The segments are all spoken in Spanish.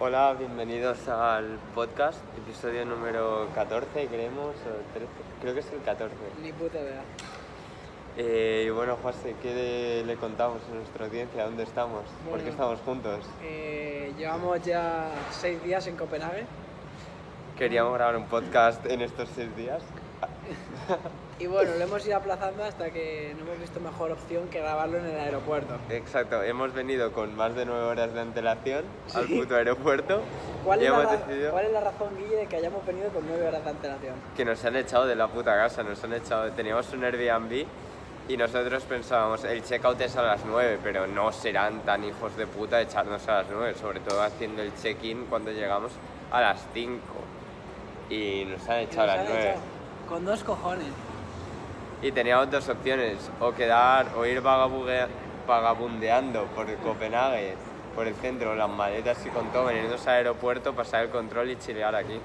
Hola, bienvenidos al podcast, episodio número 14, creemos, o 13, creo que es el 14. Ni puta idea. Eh, y bueno, José, ¿qué le, le contamos a nuestra audiencia? ¿Dónde estamos? ¿Por qué Bueno. estamos juntos? Eh, llevamos ya seis días en Copenhague Queríamos grabar un podcast en estos seis días. y bueno, lo hemos ido aplazando hasta que no hemos visto mejor opción que grabarlo en el aeropuerto. Exacto, hemos venido con más de nueve horas de antelación al Sí. puto aeropuerto ¿Cuál y es, la, hemos ra- decidido cuál es la razón, Guille, de que hayamos venido con nueve horas de antelación? que nos han echado de la puta casa, nos han echado, teníamos un Airbnb y nosotros pensábamos, el checkout es a las 9, pero no serán tan hijos de puta echarnos a las 9, sobre todo haciendo el check-in cuando llegamos a las 5. Y nos han echado Nos a las han 9. echado Con dos cojones. Y teníamos dos opciones, o quedar o ir vagabugue- vagabundeando por Copenhague, por el centro, las maletas y con todo, venirnos al aeropuerto, pasar el control y chilear aquí.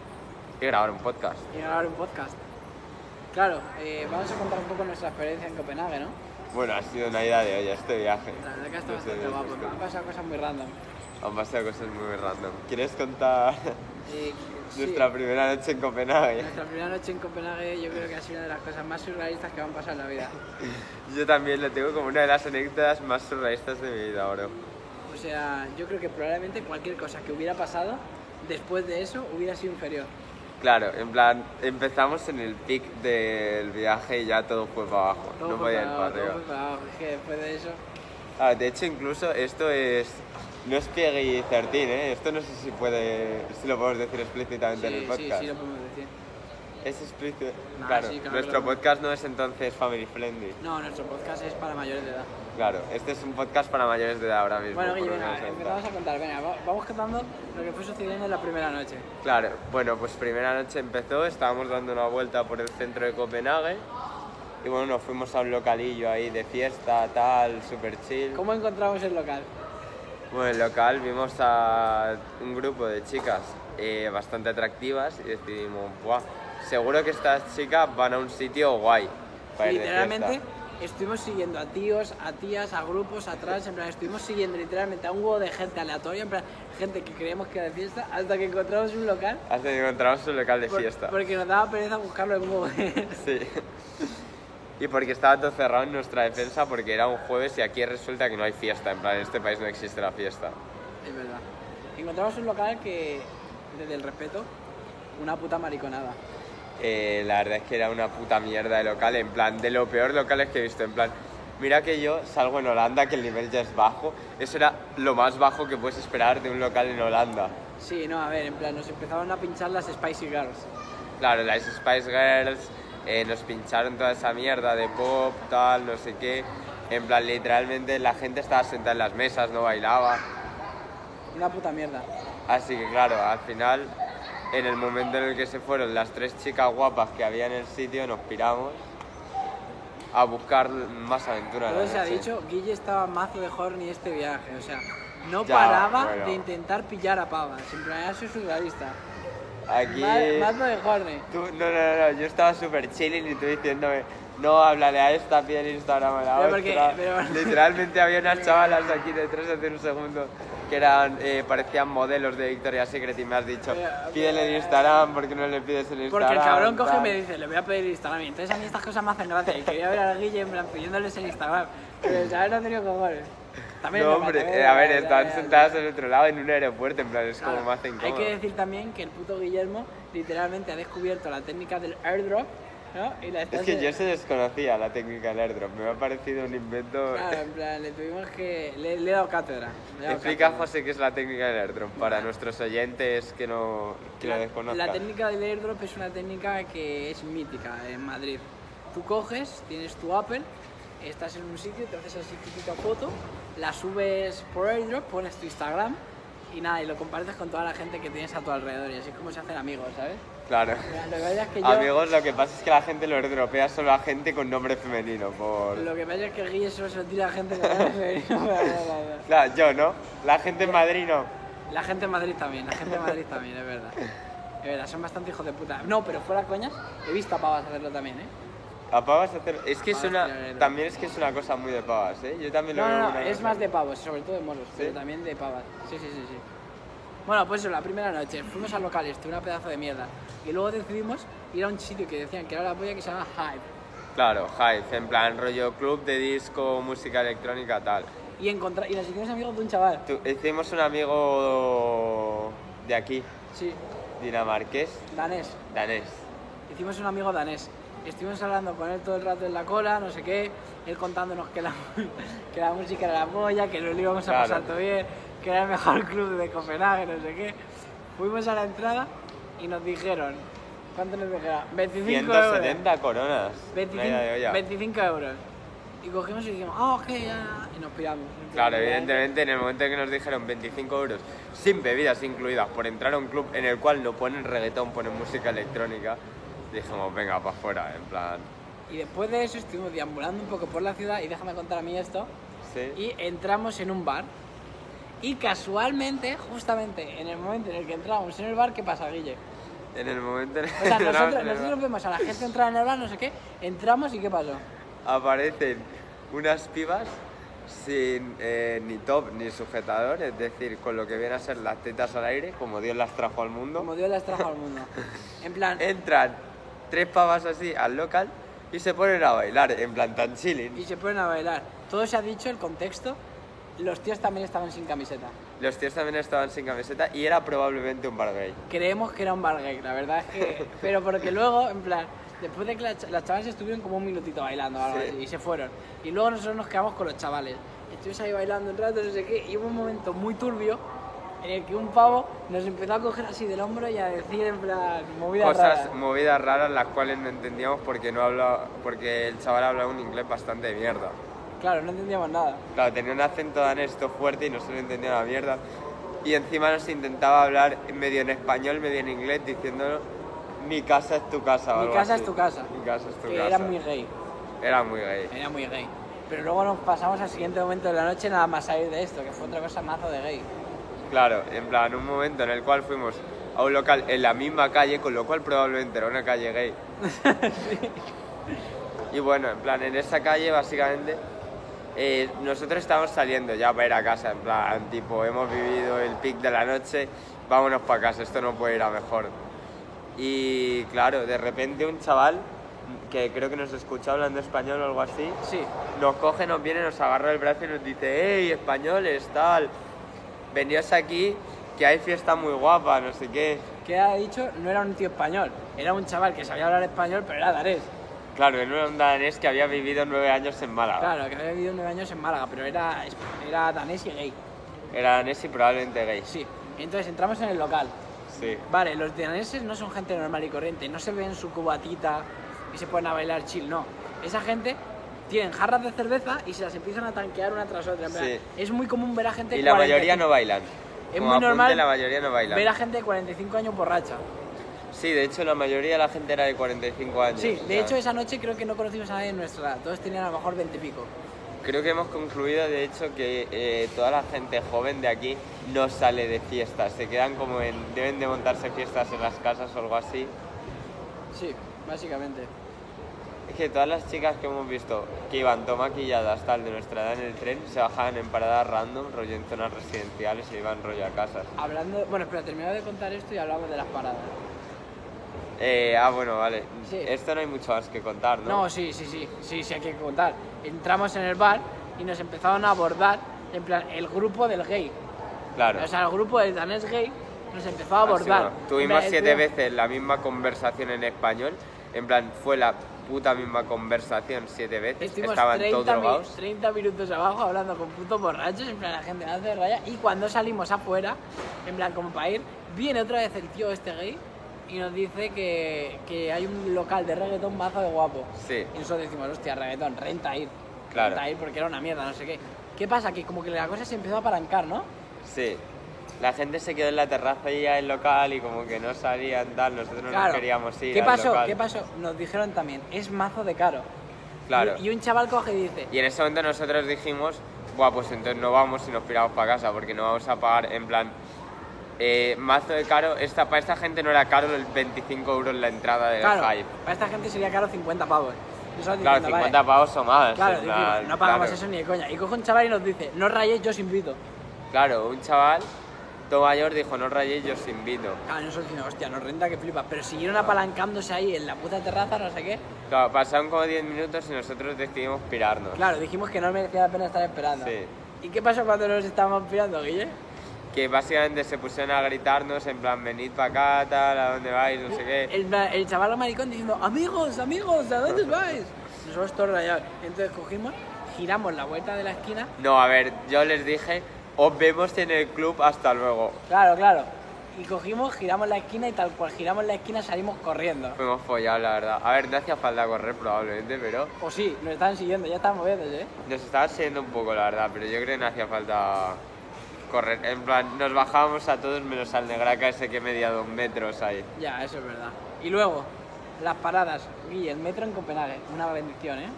Y grabar un podcast. y grabar un podcast. Claro, eh, vamos a contar un poco nuestra experiencia en Copenhague, ¿no? Bueno, ha sido una idea de hoy este viaje. La verdad que ha estado No sé, bastante no sé, guapo, no sé. han pasado cosas muy random. Han pasado cosas muy random. ¿Quieres contar Y- sí, nuestra primera noche en Copenhague? nuestra primera noche en Copenhague yo creo que ha sido una de las cosas más surrealistas que me han pasado en la vida. Yo también lo tengo como una de las anécdotas más surrealistas de mi vida, bro. O sea, yo creo que probablemente cualquier cosa que hubiera pasado después de eso hubiera sido inferior. Claro, en plan, empezamos en el pic del viaje y ya todo fue para abajo. Todo no fue podía ir para para abajo, todo arriba. fue para abajo. Es que después de eso, Ah, de hecho, incluso esto es. No es Peggy 13, ¿eh? Esto no sé si puede. si lo podemos decir explícitamente en el sí, sí, podcast. sí lo podemos decir. Es explícito. Nah, claro, sí, claro que nuestro lo- podcast no es entonces family friendly. No, nuestro podcast es para mayores de edad. Claro, este es un podcast para mayores de edad ahora mismo. Bueno, por Guille, lo venga, menos ahora. empezamos a contar. Venga, va- vamos contando lo que fue sucediendo en la primera noche. Claro, bueno, pues primera noche empezó, estábamos dando una vuelta por el centro de Copenhague y bueno, nos fuimos a un localillo ahí de fiesta, tal, super chill. ¿Cómo encontramos el local? Bueno, en el local vimos a un grupo de chicas eh, bastante atractivas y decidimos, Buah, seguro que estas chicas van a un sitio guay. Para ir de Literalmente fiesta". estuvimos siguiendo a tíos, a tías, a grupos, a trans, en plan, estuvimos siguiendo literalmente a un huevo de gente aleatoria, en plan, gente que creíamos que era de fiesta, hasta que encontramos un local Hasta que encontramos un local de Por- fiesta. Porque nos daba pereza buscarlo en Google. Sí. Y porque estaba todo cerrado en nuestra defensa porque era un jueves y aquí resulta que no hay fiesta. En plan, en este país no existe la fiesta. es verdad. Encontramos un local que, desde el respeto, una puta mariconada. Eh, la verdad es que era una puta mierda de local. En plan, de lo peor locales que he visto. En plan, mira que yo salgo en Holanda, que el nivel ya es bajo. Eso era lo más bajo que puedes esperar de un local en Holanda. Sí, no, a ver, en plan, nos empezaron a pinchar las Spicy Girls. Claro, las Spice Girls eh, nos pincharon toda esa mierda de pop, tal, no sé qué. En plan, literalmente la gente estaba sentada en las mesas, no bailaba. Una puta mierda. Así que claro, al final, en el momento en el que se fueron las tres chicas guapas que había en el sitio, nos piramos a buscar más aventuras. en la Todo se ha noche. dicho, Guille estaba mazo de horny este viaje, o sea, no Ya, paraba bueno. de intentar pillar a pavas. En plan, eso es surrealista. Aquí... Ma- Mazo de horny. Tú- No, no, no, yo estaba súper chilling y tú diciéndome, no, háblale a esta, pide el Instagram a la Pero otra. porque- pero- Literalmente había unas chavalas aquí detrás hace un segundo que eran, eh, parecían modelos de Victoria's Secret y me has dicho, Pero- pídele el Instagram, porque no le pides el Instagram? Porque el cabrón coge y tal? me dice, le voy a pedir Instagram. Y entonces a mí estas cosas me hacen gracia. Y quería ver a Guille en plan pidiéndoles el Instagram. Pero el chaval no ha tenido cojones. También no, es verdad, hombre, también eh, es a ver, verdad, estaban ya, ya, ya. sentadas al otro lado en un aeropuerto, en plan, es Claro, como más incómodo. Hay que decir también que el puto Guillermo literalmente ha descubierto la técnica del airdrop, ¿no? Y la está Es que haciendo- yo se desconocía la técnica del airdrop, me ha parecido un invento... Claro, en plan, le tuvimos que... Le, le he dado cátedra. le he dado Explica, cátedra. José, qué es la técnica del airdrop para nuestros oyentes que no que la, desconozcan. La técnica del airdrop es una técnica que es mítica en Madrid. Tú coges, tienes tu Apple, estás en un sitio, te haces así típica foto, la subes por airdrop, pones tu Instagram y nada, y lo compartes con toda la gente que tienes a tu alrededor y así es como se hacen amigos, ¿sabes? Claro. Lo que pasa es que yo... Amigos, lo que pasa es que la gente lo airdropea solo a gente con nombre femenino. Por... Lo que pasa es que el Guille solo se lo tira a gente que no es femenino, bla, bla, bla, bla. Claro, yo, ¿no? La gente en Madrid no. La gente en Madrid también, la gente en Madrid también, es verdad. Es verdad, son bastante hijos de puta. No, pero fuera coñas, he visto a pavas hacerlo también, ¿eh? A pavas hacer... Es que es Pavas tirar una... airdrop. También es que es una cosa muy de pavas, ¿eh? Yo también lo No, veo no, no, una es cosa. más de pavos, sobre todo de moros, ¿Sí? pero también de pavas. Sí, sí, sí, sí. Bueno, pues eso, la primera noche fuimos al local este, una pedazo de mierda. Y luego decidimos ir a un sitio que decían que era la polla que se llama Hype. Claro, Hive, en plan rollo club de disco, música electrónica, tal. Y, encontra- y nos hicimos amigos de un chaval. Tu- hicimos un amigo de aquí, Sí, dinamarqués, danés. danés. Hicimos un amigo danés. Estuvimos hablando con él todo el rato en la cola, no sé qué, él contándonos que la, que la música era la polla, que nos lo íbamos a Claro. pasar todo bien, que era el mejor club de Copenhague, no sé qué. Fuimos a la entrada y nos dijeron, ¿cuánto nos dijeron? 25 euros. 170 coronas. 25, medalla de olla. 25 euros. Y cogimos y dijimos, ah, ok, ya. Y nos piramos. Claro, evidentemente. evidentemente en el momento en que nos dijeron 25 euros sin bebidas incluidas por entrar a un club en el cual no ponen reggaetón, ponen música electrónica, dijimos, venga, para afuera, en plan... Y después de eso estuvimos deambulando un poco por la ciudad y déjame contar a mí esto. Sí. Y entramos en un bar. Y casualmente, justamente en el momento en el que entramos en el bar, ¿qué pasa, Guille? En el momento en el O sea, que entramos nosotros, en el nosotros bar, vemos a la gente entrar en el bar, no sé qué, entramos y ¿qué pasó? aparecen unas pibas sin eh, ni top ni sujetador, es decir, con lo que viene a ser las tetas al aire, como Dios las trajo al mundo. Como Dios las trajo al mundo. En plan, Eh. Entran tres pavas así al local y se ponen a bailar, en plan tan chilling. y se ponen a bailar. Todo se ha dicho, el contexto. Los tíos también estaban sin camiseta. Los tíos también estaban sin camiseta y era probablemente un bar gay. creemos que era un bar gay, la verdad es que... Pero porque luego, en plan, después de que las, ch- las chavales estuvieron como un minutito bailando o algo Sí. así, y se fueron. Y luego nosotros nos quedamos con los chavales. Estuvimos ahí bailando un rato, no sé qué, y hubo un momento muy turbio en el que un pavo nos empezó a coger así del hombro y a decir, en plan, movidas Cosas, raras. movidas raras las cuales no entendíamos porque, no hablaba, porque el chaval hablaba un inglés bastante de mierda. Claro, no entendíamos nada. Claro, tenía un acento danés todo fuerte y no se lo entendía la mierda. Y encima nos intentaba hablar medio en español, medio en inglés, diciéndonos mi casa es tu casa. o Mi algo casa así. es tu casa. Mi casa es tu que casa. era muy gay, Era muy gay. era muy gay. Pero luego nos pasamos al siguiente momento de la noche nada más salir de esto, que fue otra cosa mazo de gay. Claro, en plan, un momento en el cual fuimos a un local en la misma calle, con lo cual probablemente era una calle gay. Y bueno, en plan, en esa calle básicamente eh, nosotros estábamos saliendo ya para ir a casa, en plan, tipo, hemos vivido el pic de la noche, vámonos para casa, esto no puede ir a mejor. Y claro, de repente un chaval que creo que nos escucha hablando español o algo así, Sí, nos coge, nos viene, nos agarra el brazo y nos dice, hey, españoles, tal, veníos aquí, que hay fiesta muy guapa, no sé qué. que ha dicho no era un tío español, era un chaval que sabía hablar español, pero era danés. Claro, en un danés que había vivido nueve años en Málaga. Claro, que había vivido nueve años en Málaga, pero era, era danés y gay. Era danés y probablemente gay. Sí, entonces entramos en el local. Sí. Vale, los daneses no son gente normal y corriente, no se ven su cubatita y se ponen a bailar chill, no. Esa gente tienen jarras de cerveza y se las empiezan a tanquear una tras otra. en plan, Sí. Es muy común ver a gente... Y la 40 mayoría no bailan. Es Como muy apunte, normal la mayoría no bailan. Ver a gente de 45 años borracha. Sí, de hecho la mayoría de la gente era de 45 años. Sí, o de sea, hecho esa noche creo que no conocimos a nadie de nuestra edad, todos tenían a lo mejor 20 y pico. Creo que hemos concluido, de hecho, que eh, toda la gente joven de aquí no sale de fiestas. Se quedan como en... Deben de montarse fiestas en las casas o algo así. Sí, básicamente. Es que todas las chicas que hemos visto que iban todo maquilladas tal de nuestra edad en el tren se bajaban en paradas random, rollo en zonas residenciales y iban rollo a casas. Hablando, bueno, espera, terminaba de contar esto y hablamos de las paradas. Eh, ah, bueno, vale. Sí. Esto no hay mucho más que contar, ¿no? No, sí, sí, sí, sí, sí, hay que contar. Entramos en el bar y nos empezaron a abordar, en plan, el grupo del gay. claro. O sea, el grupo del danés gay nos empezó a Así, abordar. bueno, En Tuvimos plan, siete estuvo- veces la misma conversación en español. En plan, fue la puta misma conversación siete veces. Estuvimos Estaban 30, todos mi- drogados. 30 minutos abajo hablando con putos borrachos, en plan, la gente no hace raya. Y cuando salimos afuera, en plan, como para ir, viene otra vez el tío este gay y nos dice que, que hay un local de reggaetón mazo de guapo. Sí. Y nosotros decimos, hostia, reggaetón, renta ir. Claro. Renta ir porque era una mierda, no sé qué. ¿Qué pasa? Que como que la cosa se empezó a apalancar, ¿no? Sí. La gente se quedó en la terraza y ya el local y como que no salían tal, nosotros no queríamos ir. ¿Qué al pasó? local. ¿Qué pasó? Nos dijeron también, es mazo de caro. Claro. Y, y un chaval coge y dice, Y en ese momento nosotros dijimos, Buah, pues entonces no vamos y nos piramos para casa porque no vamos a pagar en plan eh, mazo de caro. Esta, para esta gente no era caro el 25 euros la entrada de claro, la Hype. para esta gente sería caro 50 pavos. Nosotros Claro, diciendo, 50 vale, pavos o más. Claro, en decimos, plan, no pagamos claro. eso ni de coña. Y coge un chaval y nos dice, no rayéis, yo os invito. Claro, un chaval Toma York dijo, no rayéis, yo os invito. Ah, nosotros dijimos, hostia, nos renta que flipa. Pero siguieron apalancándose ahí en la puta terraza, no sé qué. Claro, pasaron como 10 minutos y nosotros decidimos pirarnos. Claro, dijimos que no merecía la pena estar esperando. Sí. ¿Y qué pasó cuando nos estábamos pirando, Guille? Que básicamente se pusieron a gritarnos en plan, venid para acá, tal, a dónde vais, no sé qué. El, ma- el chaval maricón diciendo, amigos, amigos, ¿a dónde vais? Nosotros todos rayados. Entonces cogimos, giramos la vuelta de la esquina. No, a ver, yo les dije, os vemos en el club, hasta luego. Claro, claro. Y cogimos, giramos la esquina y tal cual giramos la esquina salimos corriendo. Fuimos follados, la verdad. A ver, no hacía falta correr probablemente, pero O sí, nos estaban siguiendo, ya estaban moviéndose, ¿eh? nos estaba siguiendo un poco, la verdad. Pero yo creo que no hacía falta correr. En plan, nos bajábamos a todos menos al negraca ese que medía dos metros ahí. Ya, eso es verdad. Y luego, las paradas. Y el metro en Copenhague, una bendición, ¿eh?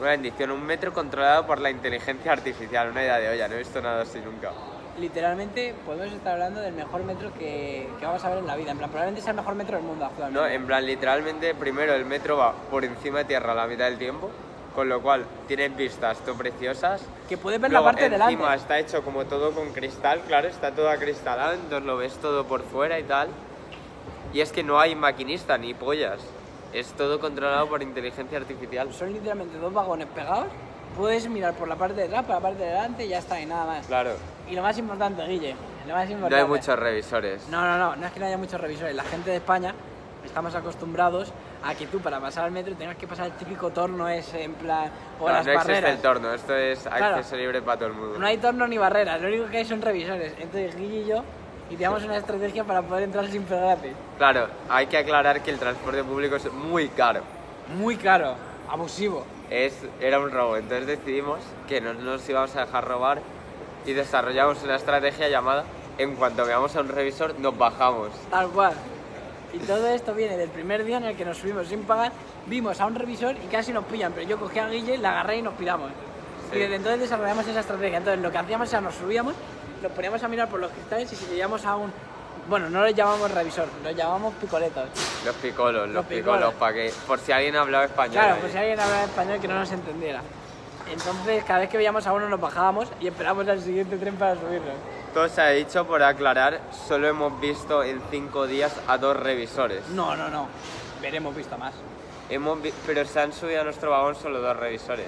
Una bendición, un metro controlado por la inteligencia artificial. Una idea de olla, no he visto nada así nunca. Literalmente podemos estar hablando del mejor metro que, que vamos a ver en la vida. En plan, probablemente sea el mejor metro del mundo actualmente. No, em en plan, literalmente, primero el metro va por encima de tierra la mitad del tiempo, con lo cual tienes vistas todo preciosas. Que puedes ver Luego, la parte encima delante. está hecho como todo con cristal, claro, está todo acristalado, entonces lo ves todo por fuera y tal. Y es que no hay maquinista ni pollas. Es todo controlado por inteligencia artificial. Son literalmente dos vagones pegados. Puedes mirar por la parte de atrás, por la parte de delante y ya está, y nada más. Claro. Y lo más importante, Guille, lo más importante. No hay muchos revisores. No, no, no, no es que no haya muchos revisores. La gente de España estamos acostumbrados a que tú para pasar al metro tengas que pasar el típico torno ese en plan o No, las no existe barreras. el torno, esto es Claro. acceso libre para todo el mundo. No hay torno ni barreras, lo único que hay son revisores. Entonces Guille y yo ideamos una estrategia para poder entrar sin gratis. Claro, hay que aclarar que el transporte público es muy caro. Muy caro, abusivo. Es, era un robo, entonces decidimos que no nos íbamos a dejar robar y desarrollamos una estrategia llamada en cuanto veamos a un revisor nos bajamos. Tal cual. Y todo esto viene del primer día en el que nos subimos sin pagar, vimos a un revisor y casi nos pillan, pero yo cogí a Guille, la agarré y nos piramos. Sí. Y desde entonces desarrollamos esa estrategia. Entonces lo que hacíamos era nos subíamos, nos poníamos a mirar por los cristales y si llegamos a un... Bueno, no lo llamamos revisor, lo llamamos picoletos. Los picolos, los, Los picolos, picolos. para que por si alguien hablaba español. Claro, ahí. pues si alguien hablaba español que no nos entendiera. Entonces cada vez que veíamos a uno nos bajábamos y esperábamos al siguiente tren para subirnos. Todo se ha dicho por aclarar, solo hemos visto en cinco días a dos revisores. No, no, no. Veremos visto más. Hemos vi- pero se han subido a nuestro vagón solo dos revisores.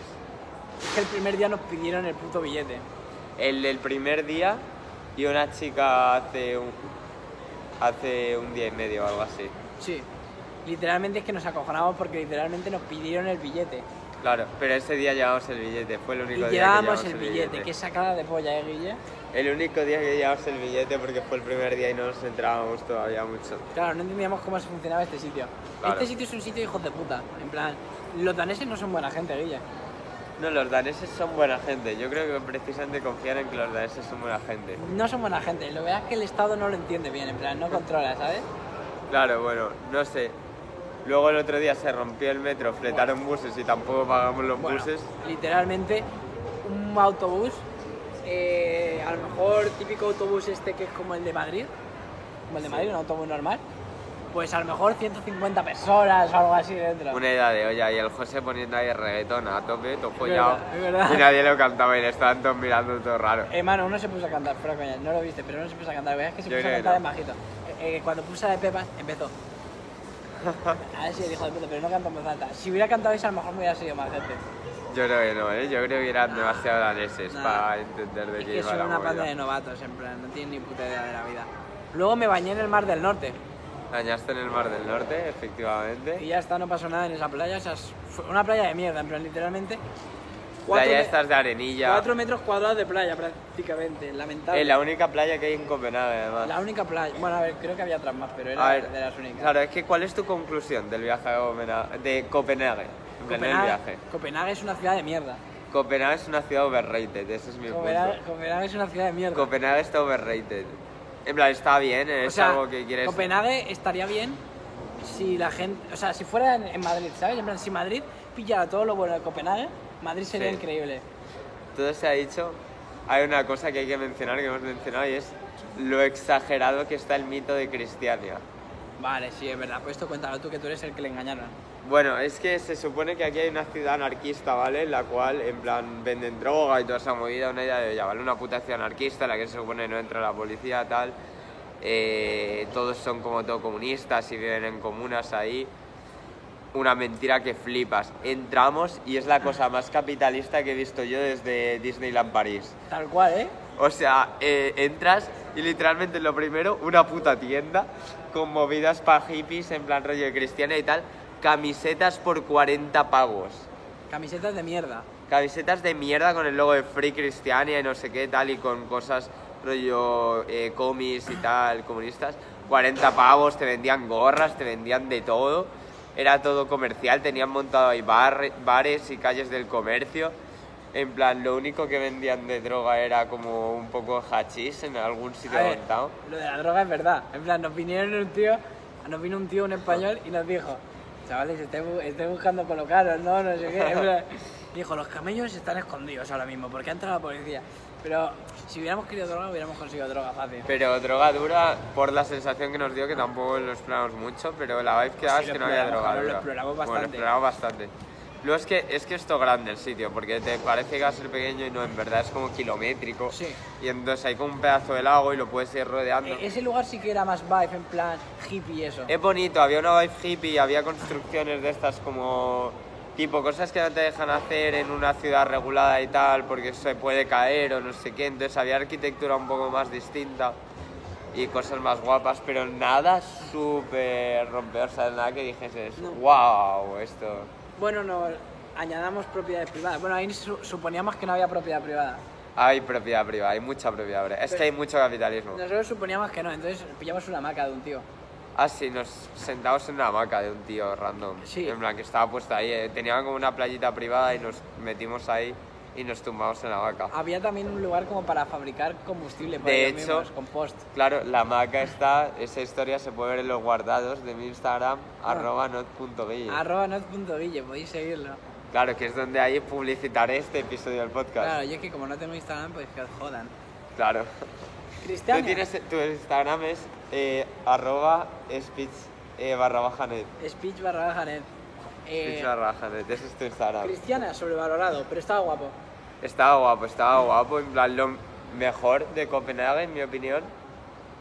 Es que el primer día nos pidieron el puto billete. El del primer día y una chica hace un, hace un día y medio o algo así. Sí. Literalmente es que nos acojonamos porque literalmente nos pidieron el billete. Claro, pero ese día llevamos el billete, fue el Y único día que llevábamos el billete, billete. qué sacada de polla, ¿eh, Guille? El único día que llevamos el billete porque fue el primer día y no nos entrábamos todavía mucho. Claro, no entendíamos cómo se funcionaba este sitio. Claro. Este sitio es un sitio de hijos de puta. En plan, los daneses no son buena gente, Guille. No, los daneses son buena gente. Yo creo que precisamente confían en que los daneses son buena gente. No son buena gente. Lo que pasa es que el Estado no lo entiende bien, en plan, no controla, ¿sabes? Claro, bueno, no sé. Luego el otro día se rompió el metro, fletaron buses y tampoco pagamos los Bueno, buses. literalmente un autobús, eh, a lo mejor típico autobús este que es como el de Madrid, como el de Madrid, un autobús normal, pues a lo mejor 150 personas o algo así dentro. Una edad de olla y el José poniendo ahí reggaetón a tope, todo follado. verdad, es verdad. Y nadie lo cantaba y le estaban todos mirando todo raro. Hermano, Eh, uno se puso a cantar, fuera coña, no lo viste, pero uno se puso a cantar, veas que se Yo puso a creo que cantar en no. bajito. Eh, eh, cuando puse la de Pepas, empezó. A ver si el hijo de puta, pero no cantó en voz alta. Si hubiera cantado eso, a lo mejor me hubiera sido más gente. Yo creo que no, ¿eh? Yo creo que eran demasiado daneses Nah. para entender de Es qué que iba son la una panda movida. de novatos, en plan, no tienen ni puta idea de la vida. Luego me bañé en el Mar del Norte. Dañaste en el Mar del Norte, efectivamente. Y ya está, no pasó nada en esa playa. O sea, es- fue una playa de mierda, en plan, literalmente. cuatro Playa me- estas de arenilla. cuatro metros cuadrados de playa, prácticamente. Lamentable. Es la única playa que hay en Copenhague, además. La única playa. Bueno, a ver, creo que había otras más, pero era A ver, de las únicas. Claro, es que ¿cuál es tu conclusión del viaje a Copenhague? De Copenhague. En plan, no el viaje. Copenhague es una ciudad de mierda. Copenhague es una ciudad overrated, ese es mi Copenhague, punto. Copenhague es una ciudad de mierda. Copenhague está overrated. En plan, está bien, O es sea, algo que quieres... Copenhague estaría bien si la gente. O sea, si fuera en, en Madrid, ¿sabes? En plan, si Madrid pillara todo lo bueno de Copenhague, Madrid sería Sí. increíble. Todo se ha dicho. Hay una cosa que hay que mencionar, que hemos mencionado, y es lo exagerado que está el mito de Cristiania. Vale, sí, es verdad. Pues esto cuéntalo tú, que tú eres el que le engañaron. Bueno, es que se supone que aquí hay una ciudad anarquista, ¿vale? En la cual, en plan, venden droga y toda esa movida, una idea de ella, ¿vale? Una puta ciudad anarquista en la que se supone que no entra la policía, tal. Eh, todos son como todo comunistas y viven en comunas ahí. Una mentira que flipas. Entramos y es la cosa más capitalista que he visto yo desde Disneyland París. Tal cual, ¿eh? O sea, eh, entras y literalmente lo primero, una puta tienda con movidas para hippies en plan rollo de cristiana y tal, camisetas por 40 pavos. Camisetas de mierda. Camisetas de mierda con el logo de Free Cristiania y no sé qué tal y con cosas rollo eh, comis y tal, comunistas. 40 pavos, te vendían gorras, te vendían de todo. Era todo comercial, tenían montado ahí bar- bares y calles del comercio. En plan, lo único que vendían de droga era como un poco hachís en algún sitio A ver, montado. Lo de la droga es verdad. En plan, nos vinieron un tío, nos vino un tío, un español, y nos dijo, chavales, estoy, bu- estoy buscando colocaros, no, no sé qué. En plan, dijo, los camellos están escondidos ahora mismo, porque ha entrado la policía. Pero si hubiéramos querido droga, hubiéramos conseguido droga fácil. Pero droga dura, por la sensación que nos dio, que tampoco lo exploramos mucho, pero la vibe que daba Sí, es lo que no había exploramos, droga claro, lo dura. exploramos Bueno, bastante. exploramos bastante. Luego es que, es que esto grande el sitio, porque te parece que va a ser pequeño y no, en verdad es como kilométrico. Sí. Y entonces hay como un pedazo de lago y lo puedes ir rodeando. E- ese lugar sí que era más vibe, en plan hippie y eso. Es bonito, había una vibe hippie, había construcciones de estas como... Tipo, cosas que no te dejan hacer en una ciudad regulada y tal, porque se puede caer o no sé qué. Entonces había arquitectura un poco más distinta y cosas más guapas, pero nada súper rompedor, o sea, nada que dijeses, No. wow, esto... Bueno, no, añadamos propiedades privadas. Bueno, ahí su- suponíamos que no había propiedad privada. Hay propiedad privada, hay mucha propiedad privada. Es que hay mucho capitalismo. Nosotros suponíamos que no, entonces pillamos una hamaca de un tío. Ah, sí, nos sentamos en una hamaca de un tío random. Sí. En plan, que estaba puesta ahí. eh. Tenía como una playita privada y nos metimos ahí y nos tumbamos en la hamaca. Había también un lugar como para fabricar combustible para De ellos hecho- mismos, compost. Claro, la hamaca está, esa historia se puede ver en los guardados de mi Instagram, Ah. arroba not.guille. Arroba not.ville, podéis seguirlo. Claro, que es donde ahí publicitaré este episodio del podcast. Claro, yo es que como no tengo Instagram, pues que os jodan. Claro. Cristian, Tú tienes, tu Instagram es eh, arroba speech eh, barra baja net. speech barra baja net. Eh, Speech barra baja net, ese es tu Instagram. Cristiana, sobrevalorado, pero estaba guapo. Estaba guapo, estaba guapo, en plan lo mejor de Copenhague, en mi opinión,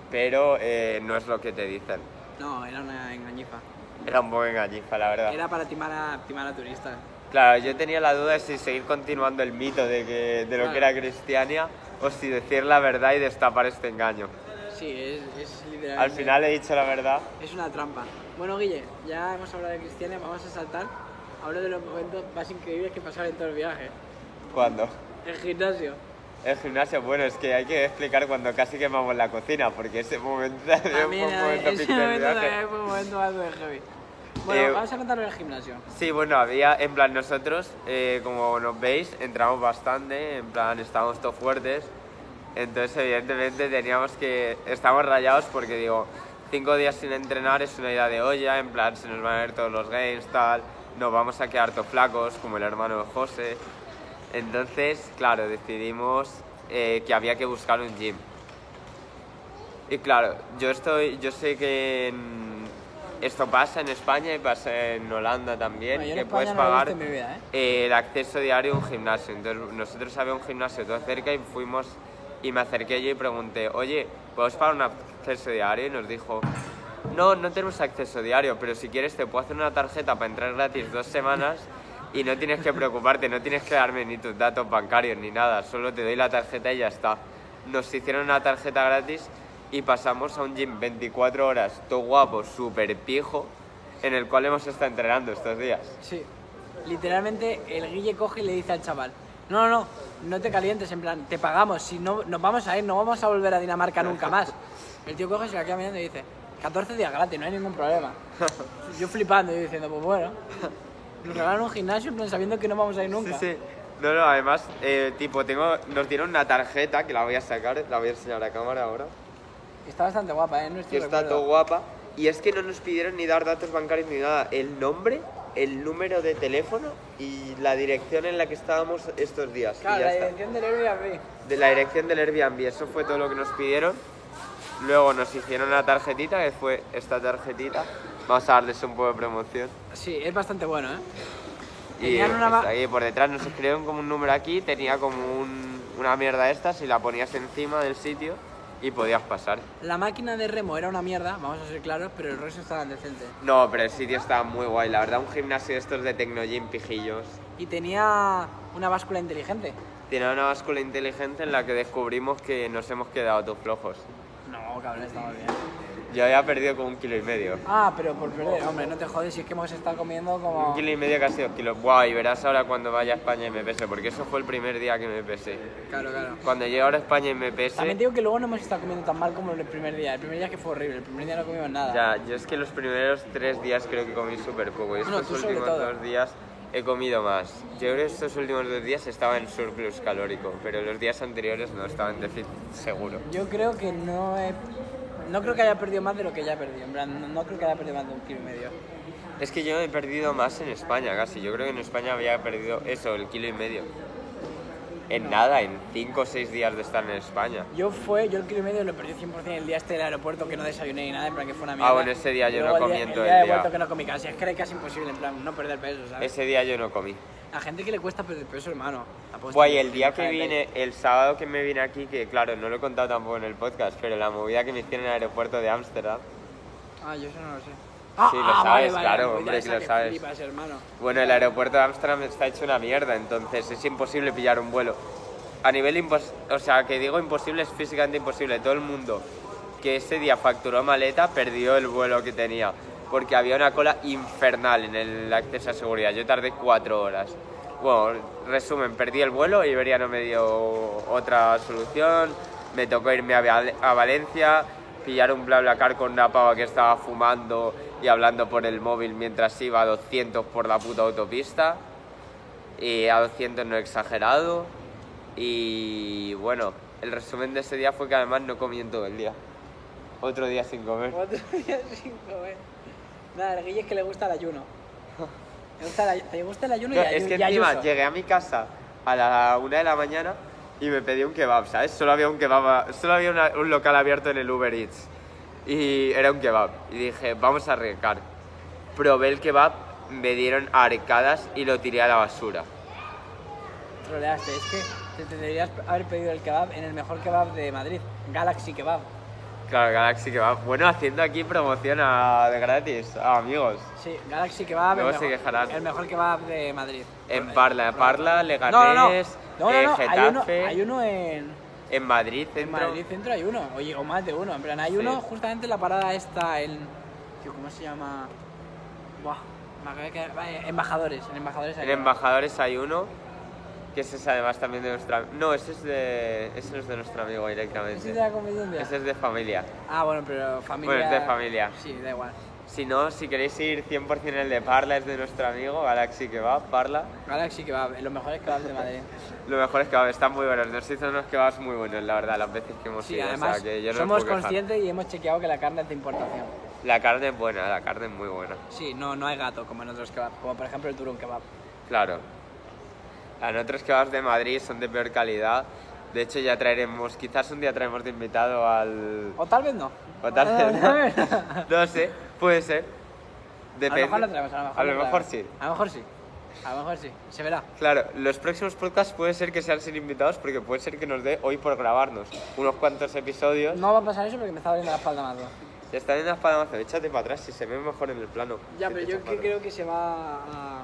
pero eh, no es lo que te dicen. No, era una engañifa. Era un poco engañifa, la verdad. Era para timar a, timar a turistas. Claro, yo tenía la duda de si seguir continuando el mito de, que, de lo que Claro. era Cristiania o si decir la verdad y destapar este engaño. Sí, es, es literalmente... Al final he dicho la verdad. Es una trampa. Bueno, Guille, ya hemos hablado de Cristiana, vamos a saltar. Hablo de los momentos más increíbles que pasaron en todo el viaje. ¿Cuándo? El gimnasio. El gimnasio, bueno, es que hay que explicar cuando casi quemamos la cocina, porque ese momento fue un También eh, momento ese pic del momento viaje. también fue un momento algo de heavy. Bueno, Eh, vamos a contar el gimnasio. Sí, bueno, había, en plan, nosotros, eh, como nos veis, entramos bastante, en plan, estábamos todos fuertes, entonces evidentemente teníamos que, estábamos rayados porque digo, cinco días sin entrenar es una idea de olla, en plan, se nos van a ver todos los games, tal, nos vamos a quedar todos flacos, como el hermano de José, entonces, claro, decidimos eh, que había que buscar un gym. Y claro, yo estoy, yo sé que en- esto pasa en España y pasa en Holanda también, Bueno, yo en que España puedes no lo he pagar visto en mi vida, ¿eh? eh, el acceso diario a un gimnasio. Entonces nosotros había un gimnasio todo cerca y fuimos y me acerqué yo y pregunté, oye, ¿podemos pagar un acceso diario? Y nos dijo, no, no tenemos acceso diario, pero si quieres te puedo hacer una tarjeta para entrar gratis dos semanas y no tienes que preocuparte, no tienes que darme ni tus datos bancarios ni nada, solo te doy la tarjeta y ya está. Nos hicieron una tarjeta gratis y pasamos a un gym 24 horas, todo guapo, súper pijo, en el cual hemos estado entrenando estos días. Sí. Literalmente el Guille coge y le dice al chaval, no, no, no, no te calientes, en plan, te pagamos, si no, nos vamos a ir, no vamos a volver a Dinamarca nunca más. El tío coge, se la queda mirando y dice, 14 días gratis, no hay ningún problema. Yo flipando y diciendo, pues bueno, nos regalan un gimnasio en plan, sabiendo que no vamos a ir nunca. Sí, sí. No, no, además, eh, tipo, tengo, nos dieron una tarjeta que la voy a sacar, la voy a enseñar a cámara ahora, Está bastante guapa, ¿eh? No que está todo guapa. Y es que no nos pidieron ni dar datos bancarios ni nada, el nombre, el número de teléfono y la dirección en la que estábamos estos días. y Claro, ya la está. dirección del Airbnb. De la dirección del Airbnb, eso fue todo lo que nos pidieron. Luego nos hicieron una tarjetita, que fue esta tarjetita. Vamos a darles un poco de promoción. Sí, es bastante bueno, ¿eh? Y Tenían una ma- está ahí por detrás nos escribieron como un número aquí, tenía como un- una mierda esta, si la ponías encima del sitio y podías pasar. La máquina de remo era una mierda, vamos a ser claros, pero el resto estaba decente. No, pero el sitio estaba muy guay, la verdad, un gimnasio de estos de Tecnogym pijillos. Y tenía una báscula inteligente. Tiene una báscula inteligente en la que descubrimos que nos hemos quedado todos flojos. No, cabrón, estaba bien. Yo había perdido como un kilo y medio. Ah, pero por perder, hombre, no te jodes, si es que hemos estado comiendo Un como... kilo y medio casi dos kilos. Guau, y verás ahora cuando vaya a España y me pese, porque eso fue el primer día que me pesé. Claro, claro. Cuando llegué ahora a España y me pese, También te digo que luego no hemos estado comiendo tan mal como el primer día. El primer día que fue horrible, el primer día no comimos nada. ya, yo es que los primeros tres días creo que comí súper poco. Y Bueno, estos tú sobre últimos todo. dos días he comido más. Yo creo que estos últimos dos días estaba en surplus calórico, pero los días anteriores no estaba en déficit seguro. Yo creo que no he... No creo que haya perdido más de lo que ya he perdido. En plan, no, no creo que haya perdido más de un kilo y medio. Es que yo he perdido más en España casi. Yo creo que en España había perdido eso, el kilo y medio. En nada, en cinco o seis días de estar en España. Yo fue, yo el kilo y medio lo perdí 100% el día este del aeropuerto que no desayuné ni nada, en plan que fue una mierda. Ah, bueno, ese día yo Y no luego el comí día, en el todo día el de día. vuelta que no comí casi, es que era casi imposible, en plan, no perder peso, ¿sabes? Ese día yo no comí. La gente que le cuesta perder peso, hermano. apuesto Guay, que el día baja que de peso. vine, el sábado que me vine aquí, que claro, no lo he contado tampoco en el podcast, pero la movida que me hicieron en el aeropuerto de Ámsterdam. Ah, yo eso no lo sé. Ah, Sí, lo sabes, claro, la movida hombre, que esa lo sabes. flipas, hermano. Bueno, el aeropuerto de Ámsterdam está hecho una mierda, entonces es imposible pillar un vuelo. A nivel imposible, o sea, que digo imposible, es físicamente imposible. Todo el mundo que ese día facturó maleta perdió el vuelo que tenía, porque había una cola infernal en el acceso a seguridad. Yo tardé cuatro horas. Bueno, resumen, perdí el vuelo, Iberia no me dio otra solución, me tocó irme a, Val- a Valencia, pillar un BlaBlaCar con una pava que estaba fumando y hablando por el móvil mientras iba a 200 por la puta autopista, y a 200 no he exagerado, y bueno, el resumen de ese día fue que además no comí en todo el día. Otro día sin comer. Otro día sin comer. Nada, el Guille es que le gusta el ayuno. Le gusta el ay- ¿Te gusta el ayuno No, y, ayu- es que y encima ayuso? llegué a mi casa a la una de la mañana y me pedí un kebab, ¿sabes? Solo había un kebab, a- solo había una- un local abierto en el Uber Eats y era un kebab. Y dije, vamos a arriesgar. Probé el kebab, me dieron arcadas y lo tiré a la basura. Troleaste, es que te, te deberías haber pedido el kebab en el mejor kebab de Madrid, Galaxy Kebab. Claro, Galaxy Kebab. Bueno, haciendo aquí promoción a- de gratis, a amigos. Sí, Galaxy Kebab, el Luego se mejor, quejarán. el mejor kebab de Madrid. En Eh, Parla, en prueba. Parla, No, no, no. Leganés, No, eh, no, no, hay uno, Getafe, hay uno en, en Madrid, en centro. Madrid Centro, hay uno, oye, o más de uno. En plan, hay Sí. uno justamente en la parada esta, en. tío, ¿Cómo se llama? Buah, me acabo de quedar- va, eh, Embajadores, en Embajadores. hay En uno. Embajadores hay uno, que ese es además también de nuestra... No, ese es de... Ese no es de nuestro amigo ¿Ese es de la directamente. competencia? Ese es de familia. Ah, bueno, pero familia. Bueno, es de familia. Sí, da igual. Si no, si queréis ir 100% el de Parla, es de nuestro amigo, Galaxy Kebab, Parla. Galaxy Kebab, los mejores kebabs de Madrid. Lo mejor es que están muy buenos, nos hizo unos kebabs muy buenos, la verdad, las veces que hemos Sí, ido. Pues o sea, además que yo no me somos puedo quejar. conscientes y hemos chequeado que la carne es de importación. La carne es buena, la carne es muy buena, Sí, no, no hay gato como en otros kebabs, como por ejemplo el Turun Kebab. claro. En otros kebabs de Madrid son de peor calidad. De hecho, ya traeremos, quizás un día traemos de invitado al, O tal vez no. O tal Ah, vez A no. No sé, puede ser. lo Depende. mejor lo traemos, a lo mejor. lo mejor traemos. sí. A lo mejor sí. A lo mejor sí. Se verá. Claro, los próximos podcasts puede ser que sean sin invitados porque puede ser que nos dé hoy por grabarnos unos cuantos episodios. No va a pasar eso porque me está doliendo la espalda más. Se están en la espalda, échate para atrás si se ve mejor en el plano. Ya, Si pero te yo echas para creo que se va a.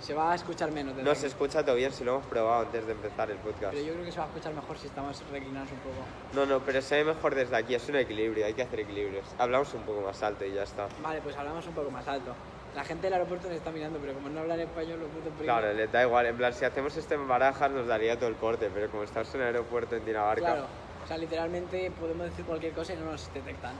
Se va a escuchar menos. atrás. No se escucha todo bien si lo hemos probado antes de empezar el podcast. Pero yo creo que se va a escuchar mejor si estamos reclinados un poco. No, no, pero se ve mejor desde aquí, es un equilibrio, hay que hacer equilibrios. Hablamos un poco más alto y ya está. Vale, pues hablamos un poco más alto. La gente del aeropuerto nos está mirando, pero como no hablan español, los putos primos. Claro, les da igual, en plan, si hacemos esto en barajas nos daría todo el corte, pero como estamos en el aeropuerto en Dinamarca. Claro, O sea, literalmente podemos decir cualquier cosa y no nos detectan.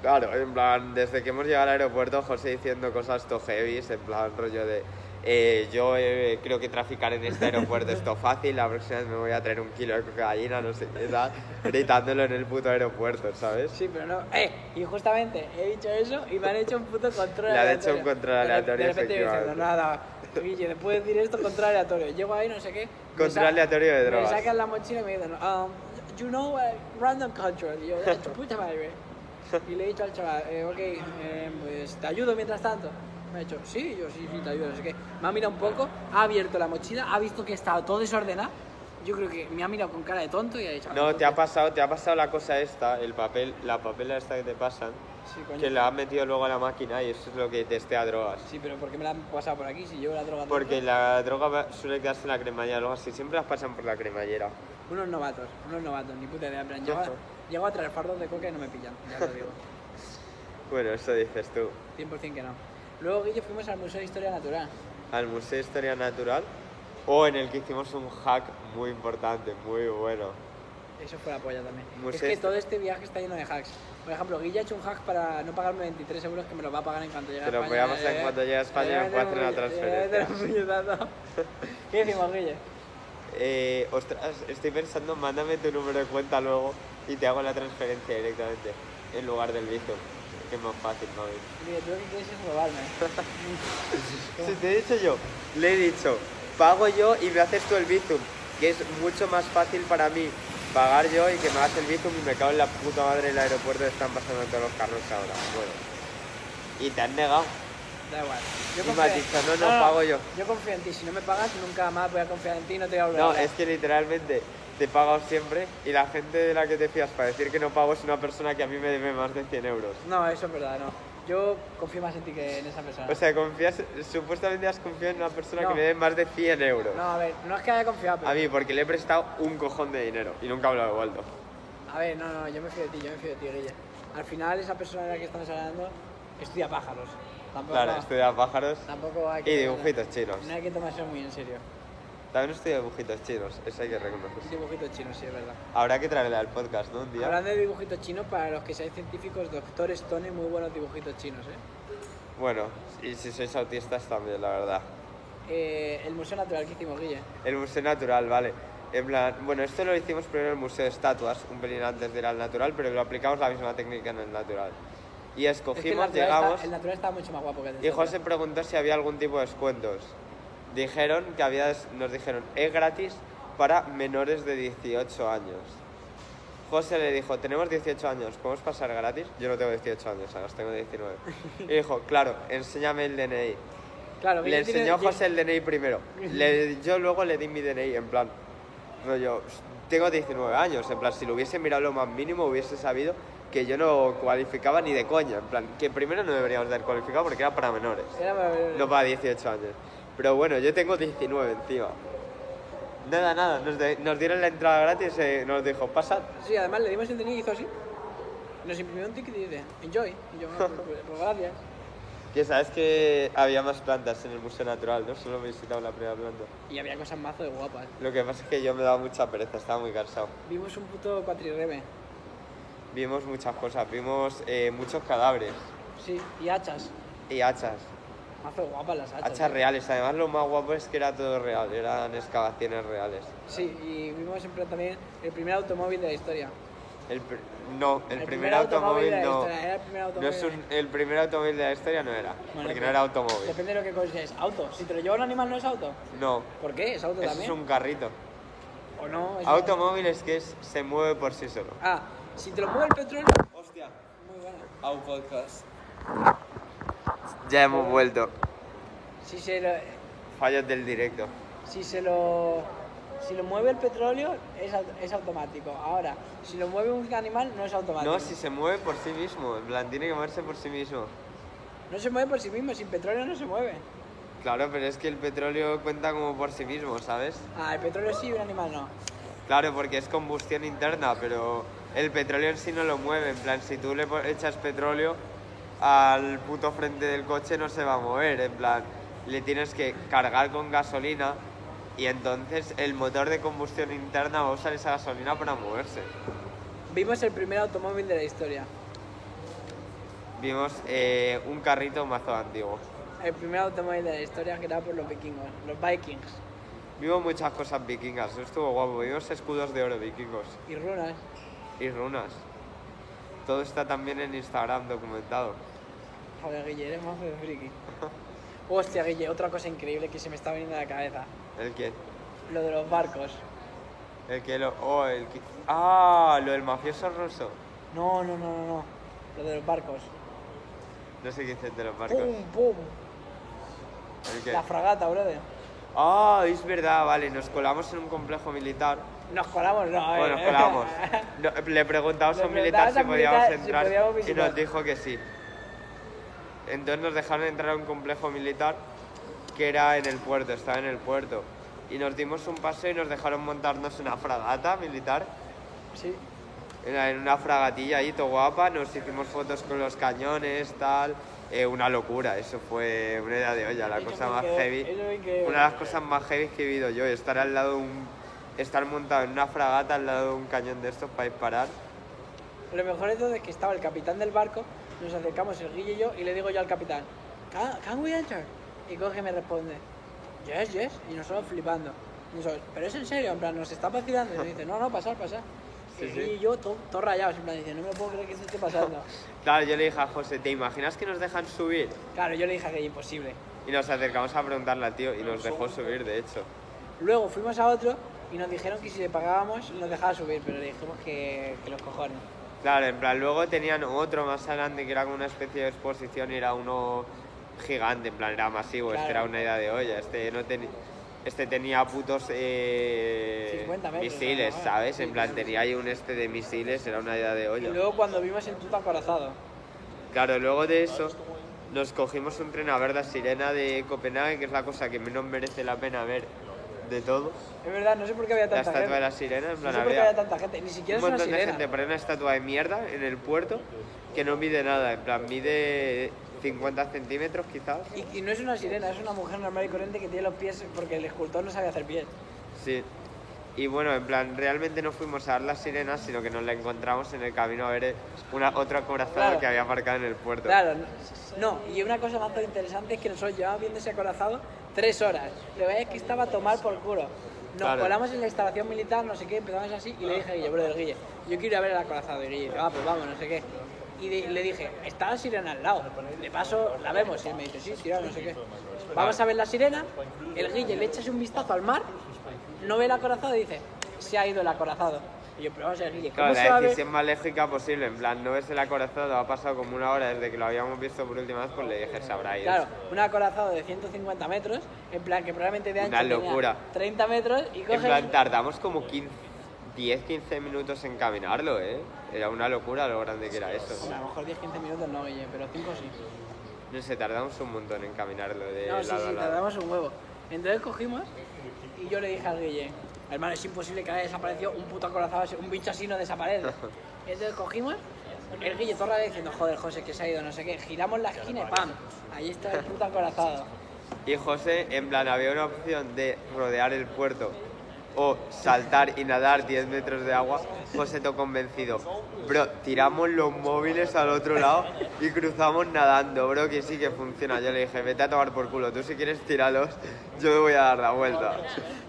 Claro, en plan, desde que hemos llegado al aeropuerto, José diciendo cosas to heavy, en plan, rollo de. eh, yo eh, creo que traficar en este aeropuerto es todo fácil, la próxima vez me voy a traer un kilo de cocaína, no sé qué, tal, gritándolo en el puto aeropuerto, ¿sabes? Sí, pero no. ¡Eh! Y justamente he dicho eso y me han hecho un puto Le control han aleatorio. hecho un control De re- aleatorio, De repente efectivamente. diciendo, nada, Guille, después de decir esto, control aleatorio. Llego ahí, no sé qué. me Control sa- aleatorio de Me drogas. sacan la mochila y me dicen, ah, yo- you know eh, random control? Y yo, "Ah, tu puta madre. Y le he dicho al chaval, eh, ok, eh, pues te ayudo mientras tanto. Me ha dicho, sí, yo sí, sí, te ayudo. Así que me ha mirado un poco, ha abierto la mochila, ha visto que estaba todo desordenado. Yo creo que me ha mirado con cara de tonto y ha dicho, No, te ha pasado, te ha pasado la cosa esta, el papel, la papela esta que te pasan, Sí, coño. que la han metido luego a la máquina y eso es lo que testea drogas. Sí, pero ¿por qué me la han pasado por aquí si yo la droga? Porque la droga va- suele quedarse en la cremallera, luego así siempre las pasan por la cremallera. Unos novatos, unos novatos, ni puta idea. En plan, llego, a, llego a traer fardos de coca y no me pillan, ya lo digo. Bueno, eso dices tú. 100% que no. Luego, Guillo, fuimos al Museo de Historia Natural. Al Museo de Historia Natural o en el que hicimos un hack muy importante, muy bueno. Eso fue la polla también. Museo es que de- todo este viaje está lleno de hacks. Por ejemplo, Guilla ha hecho un hack para no pagarme 23 euros que me los va a pagar en cuanto llegue Te a lo España. voy a pasar en Eh, cuanto llegue a España, eh, me puedo hacer una eh, transferencia. eh, puñetazo. ¿Qué decimos, Guilla? Eh, ostras, estoy pensando, mándame tu número de cuenta luego y te hago la transferencia directamente en lugar del Bizum, que es más fácil para mí. Guilla, tú lo que quieres es robarme. Si te he dicho yo, le he dicho, pago yo y me haces tú el Bizum, que es mucho más fácil para mí pagar yo y que me hagas el Bizum y me cago en la puta madre del aeropuerto que están pasando todos los carros ahora. Bueno. Y te han negado. Da igual. Yo Y me has dicho, no, no, pago yo. Yo confío en ti. Si no me pagas, nunca más voy a confiar en ti y no te voy a volver a No, hablar. es que literalmente te he pagado siempre y la gente de la que te fías para decir que no pago es una persona que a mí me debe más de 100 euros. No, eso es verdad, no. Yo confío más en ti que en esa persona. O sea, confías, supuestamente has confiado en una persona No. que me debe más de 100 euros. no, a ver, no es que haya confiado, pero... A mí, porque le he prestado un cojón de dinero y nunca me lo he devuelto. A ver, no, no, yo me fío de ti, yo me fío de ti, Guille. Al final, esa persona de la que estamos hablando estudia pájaros. Tampoco, Claro, estudiaba pájaros. tampoco hay que... Y dibujitos chinos. No hay que tomarse muy en serio. También estudia dibujitos chinos, eso hay que reconocer. Dibujitos chinos, sí, es verdad. Habrá que traerle al podcast, ¿no? Un día. Hablando de dibujitos chinos, para los que seáis científicos, Doctor Stone, muy buenos dibujitos chinos, ¿eh? Bueno, y si sois autistas también, la verdad. Eh, el Museo Natural que hicimos, Guille. El Museo Natural, vale. En plan, bueno, esto lo hicimos primero en el Museo de Estatuas, un pelín antes de ir al natural, pero lo aplicamos la misma técnica en el natural. Y Es que el escogimos, natural está- llegamos, el natural estaba mucho más guapo que el del y Estatuas. José preguntó si había algún tipo de descuentos. Dijeron que había, des- nos dijeron, es gratis para menores de 18 años. José le dijo, tenemos 18 años, ¿podemos pasar gratis? Yo no tengo 18 años, ahora tengo 19. Y dijo, claro, enséñame el DNI. Claro, Le Guille tiene- enseñó Guille- José el DNI primero. Le- yo luego le di mi DNI, en plan, rollo, tengo 19 años, en plan, si lo hubiese mirado lo más mínimo hubiese sabido que yo no cualificaba ni de coña, en plan, que primero no deberíamos dar cualificado porque era para menores, Era para- no para 18 años. Pero bueno, yo tengo 19 encima. Nada, nada, nos, de- nos dieron la entrada gratis, eh, nos dijo, pasad. Sí, además le dimos el DNI y hizo así. Nos imprimió un ticket y dice, enjoy. Y yo, "Ah, pues, pues gracias. Que sabes que había más plantas en el Museo Natural, ¿no? Solo visitaba la primera planta. Y había cosas mazo de guapas. Lo que pasa es que yo me daba mucha pereza, estaba muy cansado. Vimos un puto cuatrirreme. Vimos muchas cosas, vimos eh, muchos cadáveres Sí, y hachas. y hachas, Mazo de guapas las hachas. ¿eh? hachas reales. Además, lo más guapo es que era todo real, eran excavaciones reales. Sí, y vimos en plan también el primer automóvil de la historia. El pr- no, el, primer, automóvil, de la no. historia, era el primer no automóvil. es un- el primer automóvil de la historia no era, Bueno, porque pero- no era automóvil. Depende de lo que consideres. Auto. Si te lo lleva un animal no es auto. No, ¿Por qué? ¿Es auto eso también? es un carrito. ¿O no? Es Automóvil es que es- se mueve por sí solo. Ah, si te lo mueve el petróleo... Hostia, Muy buena. a un podcast. Ya hemos vuelto. Si se lo... Fallas del directo. Si se lo... Si lo mueve el petróleo es, au- es automático. Ahora, si lo mueve un animal no es automático. No, si se mueve por sí mismo, en plan, tiene que moverse por sí mismo. No se mueve por sí mismo, sin petróleo no se mueve. Claro, pero es que el petróleo cuenta como por sí mismo, ¿sabes? Ah, el petróleo sí, un animal no. Claro, porque es combustión interna, pero el petróleo en sí no lo mueve. En plan, si tú le po- echas petróleo al puto frente del coche no se va a mover. En plan, le tienes que cargar con gasolina y entonces el motor de combustión interna va a usar esa gasolina para moverse. Vimos el primer automóvil de la historia. Vimos eh, un carrito mazo antiguo. El primer automóvil de la historia creado por los vikingos, los vikings. Vimos muchas cosas vikingas, eso estuvo guapo. Vimos escudos de oro vikingos. Y runas. y runas. Todo está también en Instagram documentado. Joder, Guille, eres más de friki. Hostia, Guille, otra cosa increíble que se me está viniendo a la cabeza. ¿El qué? Lo de los barcos. El que lo. Oh, el que. Ah, lo del mafioso ruso. No, no, no, no, no. Lo de los barcos. No sé qué dices de los barcos. ¡Pum, pum! ¿El qué? La fragata, brother. Ah, es verdad, vale, nos colamos en un complejo militar. Nos colamos, no. eh. Bueno, nos colamos. No, le preguntamos Le a un militar preguntamos si a un podíamos militar si entrar podíamos y visitar. nos dijo que sí. Entonces nos dejaron entrar a un complejo militar que era en el puerto, estaba en el puerto. Y nos dimos un paseo y nos dejaron montarnos una fragata militar. sí. Era en una fragatilla ahí, todo guapa, nos hicimos fotos con los cañones, tal. Eh, una locura, eso fue una idea de olla, la Eso cosa me más quedó- heavy. eso me quedó. Una de las cosas más heavy que he vivido yo, estar al lado de un. estar montado en una fragata al lado de un cañón de estos para disparar. Lo mejor es donde que estaba el capitán del barco, nos acercamos el Guille y yo y le digo yo al capitán, can, can we enter? Y coge y me responde, yes, yes, y nosotros flipando. Y nosotros, pero es en serio, en plan, nos está vacilando. Y nos dice, no, no, pasar, pasar. Sí, y el sí. Guille y yo, todos rayados, en plan, dice, no me lo puedo creer que esto esté pasando. Claro, yo le dije a José, ¿te imaginas que nos dejan subir? claro, yo le dije a Guille, imposible. Y nos acercamos a preguntarle al tío y nos dejó subir, de hecho. Luego fuimos a otro y nos dijeron que si le pagábamos nos dejaba subir, pero le dijimos que, que los cojones. Claro, en plan, luego tenían otro más adelante que era como una especie de exposición y era uno gigante, en plan, era masivo, este Claro. era una idea de olla, este no tenía... Este tenía putos eh, 50 metros, misiles, nada más. ¿sabes? Sí, En plan, sí, sí. tenía ahí un este de misiles, era una idea de Y olla. luego cuando vimos el puto acorazado, Claro, luego de eso nos cogimos un tren a ver la sirena de Copenhague, que es la cosa que menos merece la pena ver de todo. es verdad, no sé por qué había La tanta estatua gente. de la sirena, en No plan, sé por qué había había tanta gente, ni un siquiera es una montón de sirena. gente, pero era una estatua de mierda en el puerto que no mide nada, en plan, mide 50 centímetros quizás. Y, y no es una sirena, es una mujer normal y corriente que tiene los pies porque el escultor no sabe hacer pies. Sí. Y bueno, en plan, realmente no fuimos a ver la sirena, sino que nos la encontramos en el camino a ver eh, una, otra corazada Claro. que había aparcado en el puerto. Claro, no- no, y una cosa más interesante es que nosotros llevamos viendo ese acorazado tres horas. Lo que es que estaba a tomar por culo. Nos Claro. colamos en la instalación militar, no sé qué, empezamos así y le dije a Guille, bro, Guille, yo quiero ir a ver el acorazado. Y Guille dice, ah, pues vamos, no sé qué. Y de- le dije, está la sirena al lado, de paso la vemos. Y él me dice, sí, tío, no sé qué. Vamos a ver la sirena, el Guille le echas un vistazo al mar, no ve el acorazado y dice, se ha ido el acorazado. Y yo, pero vamos a ver, Guille, ¿cómo Claro, se va la a ver?". decisión más lógica posible, en plan, no ves el acorazado, ha pasado como una hora desde que lo habíamos visto por última vez, pues le dije, sabrá ir. Claro, un acorazado de 150 metros, en plan que probablemente de ancho Una tenía locura. 30 metros y En coges... plan, tardamos como 15, 10, 15 minutos en caminarlo, ¿eh? Era una locura lo grande que era eso. Hombre, a lo mejor 10-15 minutos no, oye, pero 5 sí. No sé, tardamos un montón en caminarlo de no, sí, lado a sí, lado. tardamos un huevo. Entonces cogimos y yo le dije al Guille, hermano, es imposible que haya desaparecido un puto acorazado, así, un bicho así no desaparece. Entonces cogimos, el Guille torra diciendo, joder, José, que se ha ido, no sé qué. Giramos la esquina y ¡pam! Ahí está el puto acorazado. Y José, en plan, había una opción de rodear el puerto o saltar y nadar 10 metros de agua. José, todo convencido. Bro, tiramos los móviles al otro lado y cruzamos nadando, bro, que sí que funciona. Yo le dije, vete a tomar por culo, tú si quieres tíralos, yo me voy a dar la vuelta.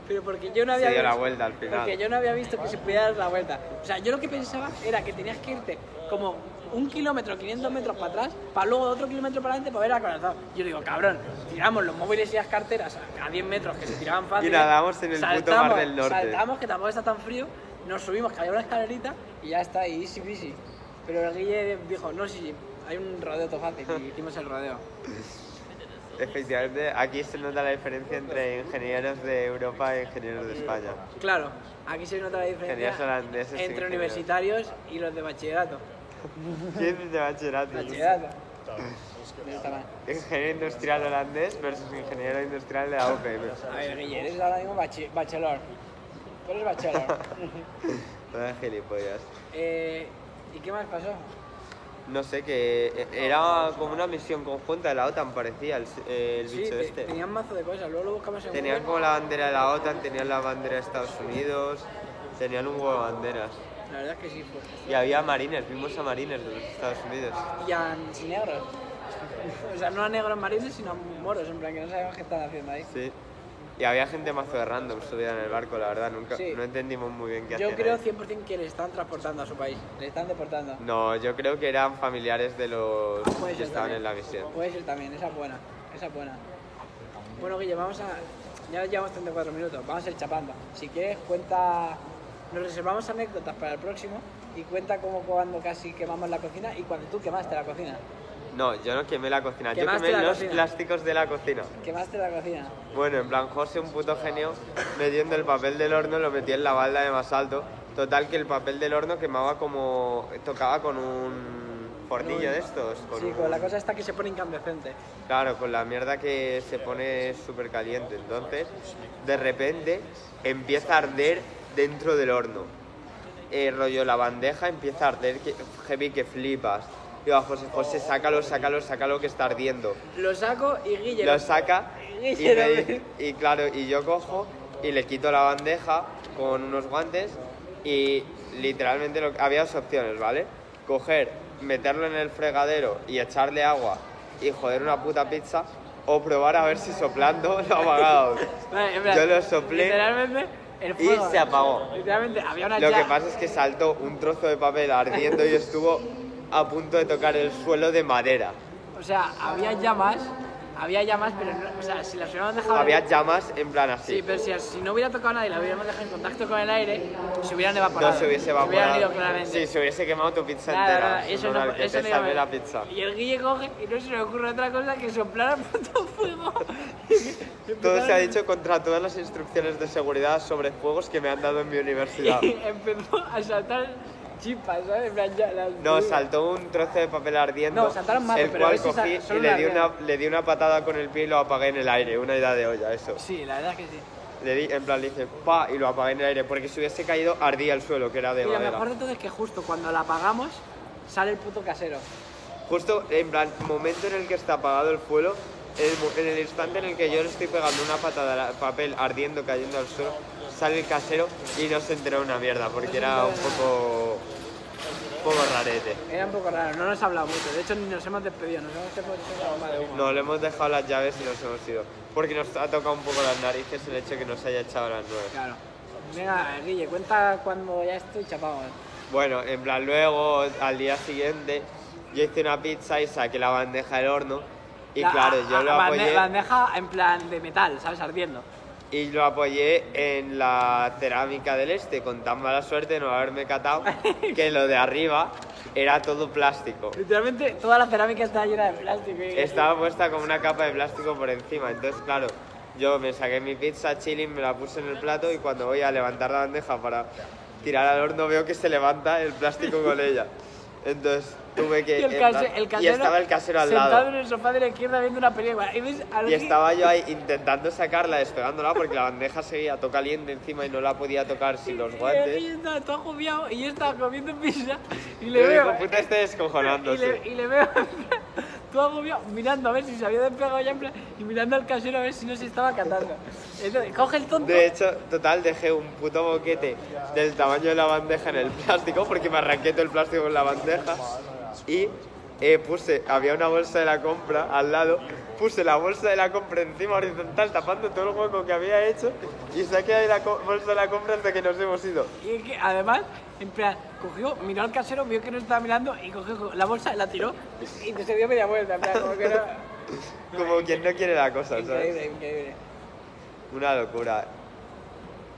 Pero porque yo no había Se dio la visto- vuelta al final. Porque yo no había visto que se pudiera dar la vuelta. O sea, yo lo que pensaba era que tenías que irte como un kilómetro, 500 metros para atrás, para luego otro kilómetro para adelante para ver al corazón. Yo digo, cabrón, tiramos los móviles y las carteras a 10 metros que se tiraban fácil. Y nadamos en el puto Mar del Norte. Saltamos, que tampoco está tan frío, nos subimos, que había una escalerita y ya está, y easy peasy. Pero el Guille dijo, no, sí, sí, hay un rodeo todo fácil y hicimos el rodeo. Efectivamente, aquí se nota la diferencia entre ingenieros de Europa e ingenieros de España. Claro, aquí se nota la Ingenieros diferencia holandeses, entre ingenieros. universitarios y los de bachillerato. ¿Quién es de bachillerato? Bachillerato. No está mal. Ingeniero industrial holandés versus ingeniero industrial de la UPM. A ver, Guille, eres ahora mismo bachi- bachelor. Tú eres bachelor. Todas gilipollas. Eh, ¿Y qué más pasó? No sé, que eh, era como una misión conjunta de la OTAN, parecía el, eh, el Sí, bicho te- este. tenían mazo de cosas, luego lo buscamos en Tenían Google. como la bandera de la OTAN, tenían la bandera de Estados Unidos, tenían un huevo de banderas. La verdad es que sí fue. Y había marines, vimos a marines de los Estados Unidos. Y a negros. o sea, no a negros marines, sino a moros, en plan que no sabemos qué están haciendo ahí. Sí. Y había gente mazo de random subida en el barco, la verdad, nunca, Sí. no entendimos muy bien qué Yo hacían creo ahí. 100% que le están transportando a su país, le están deportando. No, yo creo que eran familiares de los Puede que ser estaban también. en la misión. Puede ser también, esa es buena, esa es buena. Bueno, Guille, vamos a... Ya llevamos 34 minutos, vamos a ir chapando. Si quieres, cuenta Nos reservamos anécdotas para el próximo y cuenta como cuando casi quemamos la cocina y cuando tú quemaste la cocina. No, yo no quemé la cocina, yo Quemaste quemé la los cocina. plásticos de la cocina. Quemaste la cocina. Bueno, en plan, José, un puto genio, metiendo el papel del horno, lo metí en la balda de más alto. Total, que el papel del horno quemaba como. tocaba con un fornillo de estos. Con Sí, un- con la cosa esta que se pone incandescente. Claro, con la mierda que se pone súper caliente. Entonces, de repente, empieza a arder dentro del horno. Eh, rollo, la bandeja empieza a arder que, heavy que flipas. Digo, a José, José, sácalo, sácalo, sácalo que está ardiendo. Lo saco y Guille. Lo saca y, Guille me lo di- ve. y claro, y yo cojo y le quito la bandeja con unos guantes y literalmente lo, había dos opciones, ¿vale? Coger, meterlo en el fregadero y echarle agua y joder una puta pizza o probar a ver si soplando lo apagaba. Vale, en plan, Yo lo soplé. Literalmente, el Y fuego. se apagó. Literalmente, había una Lo ya- que pasa es que saltó un trozo de papel ardiendo y estuvo a punto de tocar el suelo de madera. O sea, había llamas, había llamas, pero no, o sea, si las hubiéramos dejado. Había llamas en plan así. Sí, pero si, si no hubiera tocado a nadie, la hubiéramos dejado en contacto con el aire, se hubieran evaporado. No se hubiese hubieran evaporado. ido claramente. Sí, se hubiese quemado tu pizza Nada, entera. nada, eso Sonora, no, que eso te no iba a salve ver. la pizza. Y el Guille coge y no se le ocurre otra cosa que soplar el puto fuego. Todo se ha Empezaron- dicho contra todas las instrucciones de seguridad sobre fuegos que me han dado en mi universidad. Y empezó a saltar chispas, ¿sabes? En plan, ya, las- No, saltó un trozo de papel ardiendo, No, saltaron más, el pero cual ese sal- cogí solo y le una di, ardiendo. una, le di una patada con el pie y lo apagué en el aire, una idea de olla, eso. Sí, la verdad es que sí. Le di, en plan, le hice pa y lo apagué en el aire, porque si hubiese caído ardía el suelo, que era de Y lo mejor madera. de todo es que justo cuando la apagamos, sale el puto casero. Justo, en plan, momento en el que está apagado el fuego, en el, mo- en el instante en el que yo le estoy pegando una patada al papel ardiendo, cayendo al suelo, sale el casero y no se enteró una mierda, porque era un poco... un poco rarete. Era un poco raro, no nos ha hablado mucho. De hecho, ni nos hemos despedido, nos hemos despedido con la bomba de humo. No, le hemos dejado las llaves y nos hemos ido. Porque nos ha tocado un poco las narices el hecho de que nos haya echado a las nueve. Claro. Venga, Guille, cuenta cuando ya estoy chapado. Bueno, en plan, luego, al día siguiente, yo hice una pizza y saqué la bandeja del horno. Y La- claro, a- yo lo a- apoyé, Bandeja en plan de metal, ¿sabes? Ardiendo. y lo apoyé en la cerámica del este, con tan mala suerte de no haberme catado, que lo de arriba era todo plástico. Literalmente, toda la cerámica estaba llena de plástico. y- Estaba puesta como una capa de plástico por encima, entonces claro, yo me saqué mi pizza chilling, me la puse en el plato y cuando voy a levantar la bandeja para tirar al horno veo que se levanta el plástico con ella. Entonces tuve que... Y el, en case- plan- el y casero estaba el casero al sentado lado. en el sofá de la izquierda viendo una película. Y, ves al Y Guille- estaba yo ahí intentando sacarla, despegándola porque la bandeja seguía todo caliente encima y no la podía tocar sin los Y el guantes. Guille estaba todo agobiado y yo estaba comiendo pizza. Y Y le le veo. digo, puta, este y, descojonándose. le, y le veo todo agobiado mirando a ver si se había despegado ya en plan, y mirando al casero a ver si no se estaba catando. Entonces, coge el tonto. De hecho, total, dejé un puto boquete del tamaño de la bandeja en el plástico porque me arranqué todo el plástico con la bandeja y eh, puse, había una bolsa de la compra al lado, puse la bolsa de la compra encima horizontal tapando todo el hueco que había hecho y saqué ahí la co- bolsa de la compra hasta que nos hemos ido. Y es que además, en plan, cogió, miró al casero, vio que no estaba mirando y cogió la bolsa, la tiró y se dio media vuelta. En plan, como que era Como quien no quiere la cosa, ¿sabes? increíble, increíble. Una locura.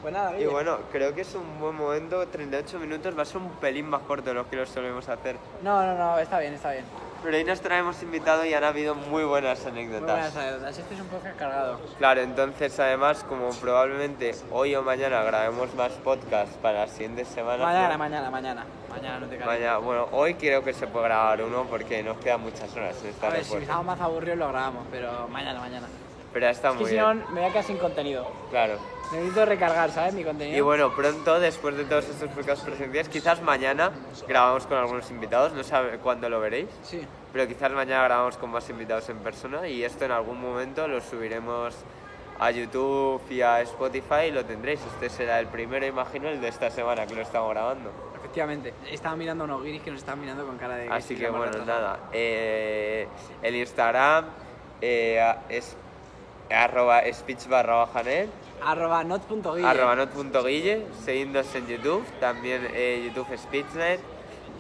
Pues nada, Y Guille. bueno, creo que es un buen momento, 38 minutos, va a ser un pelín más corto de los que lo solemos hacer. No, no, no, está bien, está bien. Pero hoy nos traemos invitado y han habido muy buenas anécdotas. Muy buenas anécdotas. Este es un podcast cargado. Claro, entonces además como probablemente hoy o mañana grabemos más podcasts para las siguientes semanas. Mañana, ¿no? mañana, mañana. Mañana no te calles. Mañana, bueno, hoy creo que se puede grabar uno porque nos quedan muchas horas ¿eh? en esta A ver, si reporte. estamos más aburridos lo grabamos, pero mañana, mañana. Pero pues. está Es que muy si bien. no, me voy a quedar sin contenido. Claro. Necesito recargar, ¿sabes? Mi contenido. Y bueno, pronto, después de todos estos podcasts presenciales, quizás mañana grabamos con algunos invitados, no sé cuándo lo veréis, Sí. pero quizás mañana grabamos con más invitados en persona y esto en algún momento lo subiremos a YouTube y a Spotify y lo tendréis. Este será el primero, imagino, el de esta semana que lo estamos grabando. Efectivamente. Estaba mirando a unos guiris que nos estaban mirando con cara de... Así que estamos bueno, ratos. nada. eh, el Instagram eh, a- es arroba speech barra baja net, Arroba not.guille. arroba not.guille, seguidnos en YouTube, también eh, YouTube Speechnet,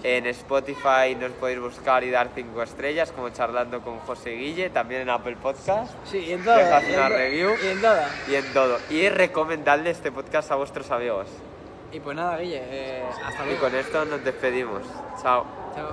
en Spotify nos podéis buscar y dar 5 estrellas como charlando con José Guille, también en Apple Podcast Sí, y en todo. Dejad y en una to- review. Y en todo. y en todo. Y recomendadle este podcast a vuestros amigos. Y Y pues nada, Guille, eh, hasta Y luego. con esto nos despedimos. Chao. Chao.